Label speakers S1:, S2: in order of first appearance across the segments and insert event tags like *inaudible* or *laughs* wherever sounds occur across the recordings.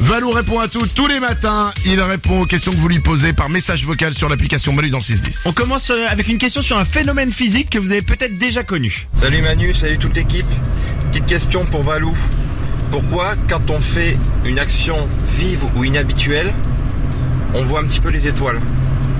S1: Valou répond à tout tous les matins. Il répond aux questions que vous lui posez par message vocal sur l'application Manu dans le 610.
S2: On commence euh, avec une question sur un phénomène physique que vous avez peut-être déjà connu.
S3: Salut Manu, salut toute l'équipe. Petite question pour Valou. Pourquoi quand on fait une action vive ou inhabituelle, on voit un petit peu les étoiles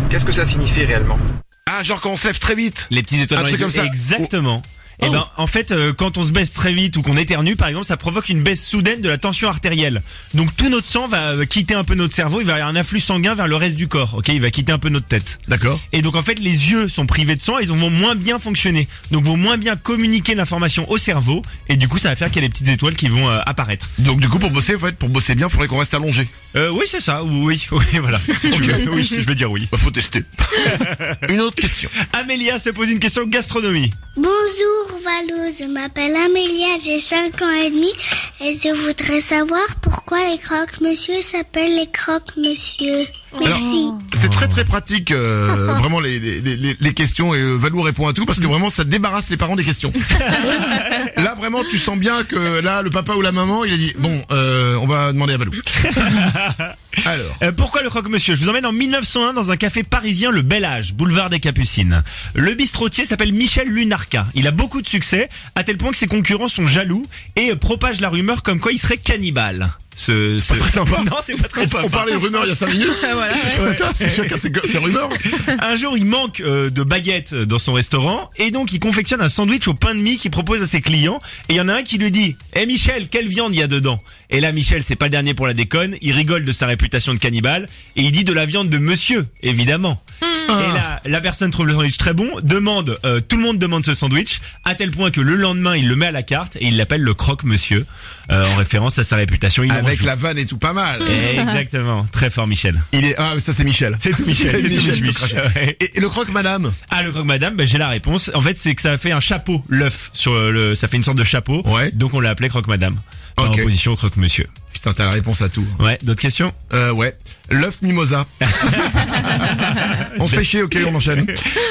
S3: Qu'est-ce que ça signifie réellement
S1: Ah, genre quand on se lève très vite.
S2: Les petites étoiles
S1: Un
S2: dans les
S1: truc
S2: yeux.
S1: comme ça.
S2: Exactement.
S1: Oh.
S2: Et ben, en fait, euh, quand on se baisse très vite ou qu'on éternue, par exemple, ça provoque une baisse soudaine de la tension artérielle. Donc tout notre sang va euh, quitter un peu notre cerveau, il va y avoir un afflux sanguin vers le reste du corps, ok Il va quitter un peu notre tête.
S1: D'accord.
S2: Et donc en fait, les yeux sont privés de sang et ils vont moins bien fonctionner. Donc vont moins bien communiquer l'information au cerveau et du coup, ça va faire qu'il y a des petites étoiles qui vont euh, apparaître.
S1: Donc du coup pour bosser, en fait, pour bosser bien, faudrait qu'on reste allongé.
S2: Euh, oui, c'est ça. Oui, *laughs* oui, voilà. Ok, oui, je vais dire oui.
S1: Bah, faut *laughs* tester. Une autre question.
S2: Amélia se pose une question gastronomie.
S4: Bonjour Valo, je m'appelle Amélia, j'ai 5 ans et demi et je voudrais savoir pourquoi les croque-monsieur s'appellent les croque-monsieur. Merci.
S1: C'est très très pratique, euh, vraiment les, les, les, les questions et euh, Valou répond à tout parce que vraiment ça débarrasse les parents des *laughs* questions. là vraiment tu sens bien que là le papa ou la maman il a dit bon euh, on va demander à *laughs* Valou. Alors
S2: Euh, pourquoi le croque-monsieur Je vous emmène en 1901 dans un café parisien, le Bel Âge, boulevard des Capucines. Le bistrotier s'appelle Michel Lunarca. Il a beaucoup de succès, à tel point que ses concurrents sont jaloux et euh, propagent la rumeur comme quoi il serait cannibale. Ce, ce...
S1: très sympa.
S2: *laughs* Non, c'est pas très
S1: on,
S2: sympa.
S1: on parlait de rumeurs il y a 5 *laughs* minutes. C'est chacun ses, ses rumeurs.
S2: Un jour, il manque euh, de baguettes dans son restaurant et donc il confectionne un sandwich au pain de mie qu'il propose à ses clients. Et il y en a un qui lui dit "Eh Michel, quelle viande il y a dedans Et là, Michel, c'est pas le dernier pour la déconne. Il rigole de sa réputation de cannibale et il dit de la viande de Monsieur, évidemment. Et là, la personne trouve le sandwich très bon, demande, euh, tout le monde demande ce sandwich, à tel point que le lendemain, il le met à la carte et il l'appelle le croque-monsieur, euh, en référence à sa réputation. Il en
S1: Avec
S2: mange-
S1: la vanne et tout pas mal.
S2: Exactement, très fort Michel.
S1: Il est ah mais ça c'est Michel.
S2: C'est tout Michel,
S1: C'est
S2: c'est
S1: Michel,
S2: tout Michel. Ouais.
S1: Et, et le croque madame.
S2: Ah le croque madame, bah, j'ai la réponse. En fait, c'est que ça fait un chapeau, l'œuf sur le, ça fait une sorte de chapeau.
S1: Ouais.
S2: Donc on l'a appelé croque madame. En
S1: Ok.
S2: opposition au croque monsieur.
S1: Putain t'as la réponse à tout.
S2: Ouais. D'autres questions
S1: Euh, ouais. L'œuf mimosa. on se fait chier, ok, on enchaîne.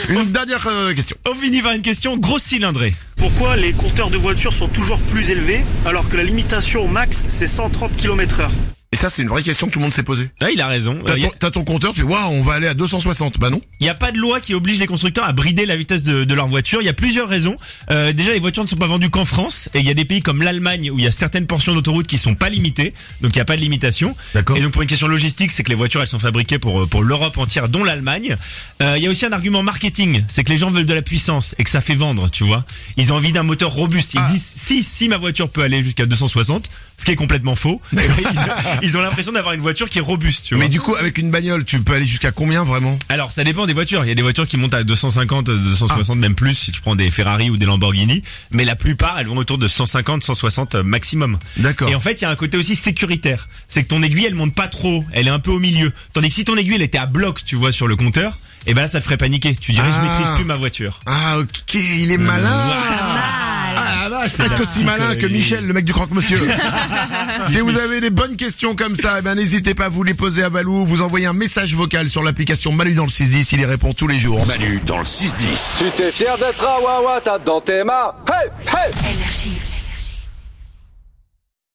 S1: Une dernière euh, question.
S2: On finit par une question grosse cylindrée.
S5: Pourquoi les compteurs de voitures sont toujours plus élevés alors que la limitation au max c'est 130 km/h
S1: Et ça, c'est une vraie question que tout le monde s'est posée.
S2: Là, il a raison.
S1: T'as
S2: Euh, y
S1: ton,
S2: a-
S1: t'as ton compteur, tu fais, waouh, on va aller à 260. Bah non.
S2: Il n'y a pas de loi qui oblige les constructeurs à brider la vitesse de, de leur voiture. Il y a plusieurs raisons. Euh, déjà, les voitures ne sont pas vendues qu'en France. Et il y a des pays comme l'Allemagne où il y a certaines portions d'autoroute qui sont pas limitées. Donc, il n'y a pas de limitation.
S1: D'accord.
S2: Et donc, pour une question logistique, c'est que les voitures, elles sont fabriquées pour, euh, pour l'Europe entière, dont l'Allemagne. Euh, il y a aussi un argument marketing. C'est que les gens veulent de la puissance et que ça fait vendre, tu vois. Ils ont envie d'un moteur robuste. Ils
S1: Ah.
S2: disent, si, si ma voiture peut aller jusqu'à 260, ce qui est complètement faux, *laughs* eh ben, ils ont- ils ont l'impression d'avoir une voiture qui est robuste, tu vois.
S1: Mais du coup, avec une bagnole, tu peux aller jusqu'à combien vraiment
S2: Alors ça dépend des voitures. Il y a des voitures qui montent à 250, 260,
S1: Ah.
S2: même plus si tu prends des Ferrari ou des Lamborghini. Mais la plupart, elles vont autour de 150, 160 euh, maximum.
S1: D'accord.
S2: Et en fait, il y a un côté aussi sécuritaire. C'est que ton aiguille, elle monte pas trop. Elle est un peu au milieu. Tandis que si ton aiguille, elle était à bloc, tu vois, sur le compteur, et ben là, ça te ferait paniquer. Tu dirais,
S1: Ah.
S2: je maîtrise plus ma voiture.
S1: Ah ok, il est malin. Ah, là, c'est presque aussi malin que
S2: psychologie.
S1: Michel, le mec du *laughs* croque-monsieur. si vous avez des bonnes questions comme ça, eh ben n'hésitez pas à vous les poser à Valou. Vous envoyez un message vocal sur l'application Manu dans le 610, il y répond tous les jours.
S6: Manu dans le 6-10.
S7: Tu t'es fier d'être un Wawa, t'as dans tes mains. Hey, hey
S8: Énergie.